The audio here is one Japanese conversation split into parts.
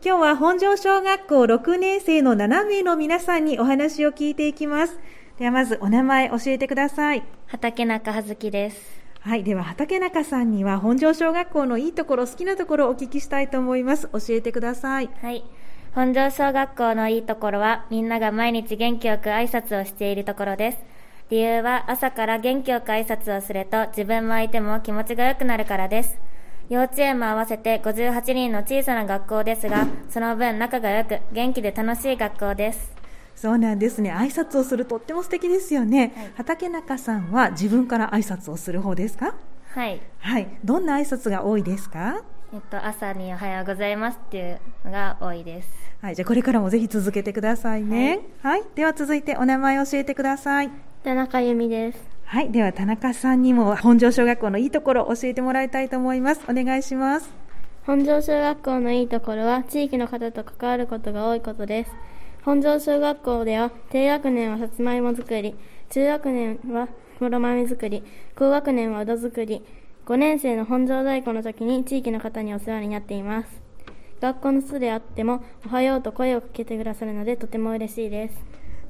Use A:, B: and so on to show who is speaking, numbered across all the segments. A: 今日は本庄小学校6年生の7名の皆さんにお話を聞いていきます。ではまずお名前教えてください。
B: 畑中葉月です。
A: はい。では畑中さんには本庄小学校のいいところ、好きなところをお聞きしたいと思います。教えてください。
B: はい。本庄小学校のいいところは、みんなが毎日元気よく挨拶をしているところです。理由は、朝から元気よく挨拶をすると、自分も相手も気持ちが良くなるからです。幼稚園も合わせて58人の小さな学校ですが、その分仲が良く、元気で楽しい学校です。
A: そうなんですね。挨拶をするとっても素敵ですよね。
B: はい
A: 畑中さんは自分から挨拶をする方ですか
B: はい。
A: はい。どんな挨拶が多いですか
B: えっと、朝におはようございますっていうのが多いです。
A: はい。じゃあこれからもぜひ続けてくださいね。はい。では続いてお名前教えてください。
B: 田中由美です。
A: はい。では田中さんにも本庄小学校のいいところを教えてもらいたいと思います。お願いします。
C: 本庄小学校のいいところは地域の方と関わることが多いことです本庄小学校では低学年はさつまいも作り中学年はもろ豆作り高学年はうど作り5年生の本庄太鼓の時に地域の方にお世話になっています学校の外であってもおはようと声をかけてくださるのでとても嬉しいです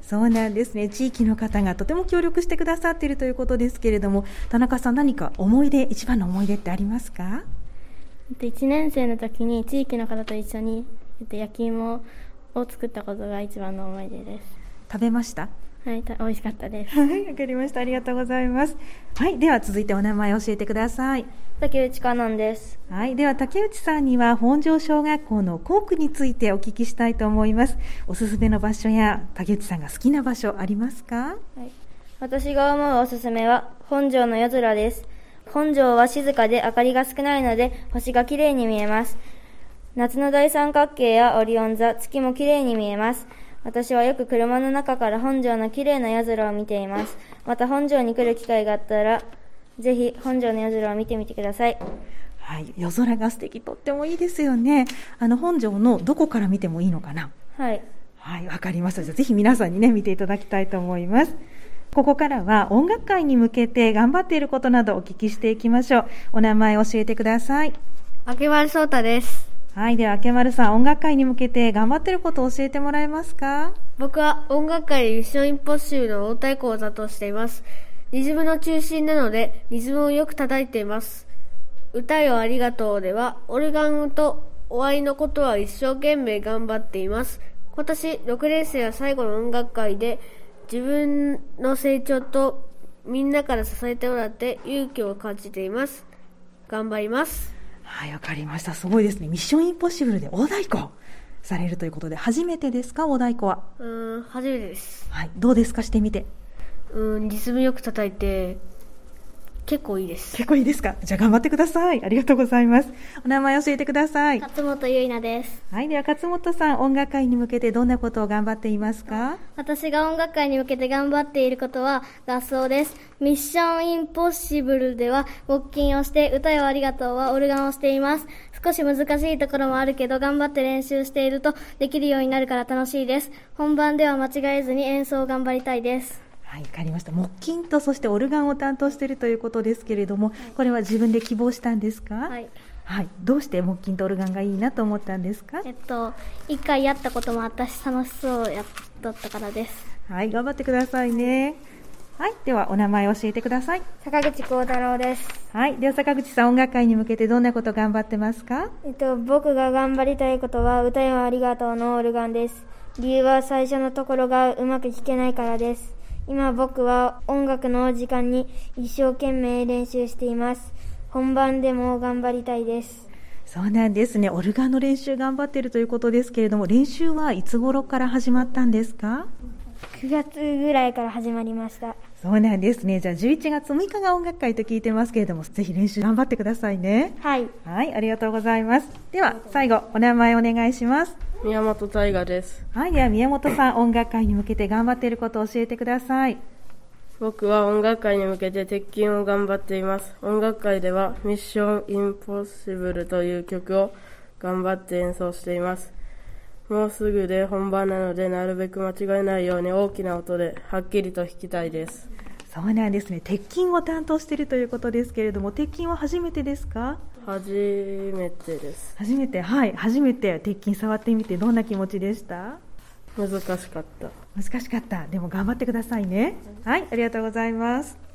A: そうなんですね。地域の方がとても協力してくださっているということですけれども、田中さん何か思い出、一番の思い出ってありますか
C: 1年生の時に地域の方と一緒にえっと焼き芋を作ったことが一番の思い出です
A: 食べました
C: はい、た美味しかったです
A: はい、わかりました。ありがとうございます。はい、では続いてお名前教えてください。
B: 竹内香音です。
A: はい、では竹内さんには本庄小学校の校区についてお聞きしたいと思います。おすすめの場所や竹内さんが好きな場所ありますか？
B: はい、私が思うおすすめは本庄の夜空です本庄は静かで明かりが少ないので星が綺麗に見えます夏の大三角形やオリオン座月も綺麗に見えます私はよく車の中から本庄の綺麗な夜空を見ていますまた本庄に来る機会があったらぜひ本庄の夜空を見てみてください
A: はい、夜空が素敵とってもいいですよね。あの本庄のどこから見てもいいのかな？
B: はい
A: はい、わかりました。じゃあぜひ皆さんにね見ていただきたいと思います。ここからは音楽会に向けて頑張っていることなどお聞きしていきましょう。お名前教えてください。
D: 明丸聡太です。
A: はい、では、明け丸さん、音楽会に向けて頑張ってることを教えてもらえますか
D: 僕は音楽界でミッションインポッシブルの応対講座としています。リズムの中心なので、リズムをよく叩いています。歌よありがとうでは、オルガンとお会いのことは一生懸命頑張っています。今年6年生は最後の音楽会で、自分の成長とみんなから支えてもらって勇気を感じています。頑張ります。
A: はい、わかりました。すごいですね。ミッションインポッシブルで大太鼓されるということで、初めてですか、大太鼓は。
D: うーん、初めてです。
A: はい、どうですか、してみて。
D: うん、リズムよく叩いて、結構いいです。
A: 結構いいですかじゃあ頑張ってください。ありがとうございます。お名前教えてください。
C: 勝本ゆいなです
A: はい、では、勝本さん、音楽会に向けてどんなことを頑張っていますか
C: 私が音楽会に向けて頑張っていることは合奏です。ミッションインポッシブルでは木琴をして、歌よありがとうはオルガンをしています。少し難しいところもあるけど頑張って練習しているとできるようになるから楽しいです。本番では間違えずに演奏を頑張りたいです。
A: はい、わかりました。木琴とそしてオルガンを担当しているということですけれども、これは自分で希望したんですかは。
C: はいい。
A: どうして木琴とオルガンがいいなと思ったんですか
C: えっと、一回やったこともあったし楽しそうやっとったからです。
A: はい、頑張ってくださいね。はい、ではお名前教えてください。
B: 坂口幸太郎です
A: はい、では坂口さん、音楽会に向けてどんなこと頑張ってますか
B: えっと、僕が頑張りたいことは歌よありがとうのオルガンです。理由は最初のところがうまく弾けないからです。今僕は音楽の時間に一生懸命練習しています。本番でも頑張りたいです。
A: そうなんですね、オルガンの練習頑張っているということですけれども、練習はいつ頃から始まったんですか
B: 9月ぐらいから始まりました。
A: そうなんですね、じゃあ11月6日が音楽会と聞いてますけれども、ぜひ練習頑張ってくださいね。
B: はい。
A: はい、ありがとうございます。では、最後、お名前お願いします。
E: 宮本大我です
A: はい、では宮本さん、音楽会に向けて頑張っていることを教えてください。
E: 僕は音楽会に向けて鉄筋を頑張っています音楽会では「ミッション・インポッシブル」という曲を頑張って演奏していますもうすぐで本番なのでなるべく間違えないように大きな音ではっきりと弾きたいです
A: そうなんですね。鉄筋を担当しているということですけれども、鉄筋は初めてですか？
E: 初めてです
A: 初めてはい初めて鉄筋触ってみてどんな気持ちでした
E: 難しかった
A: 難しかったでも頑張ってくださいねはいありがとうございます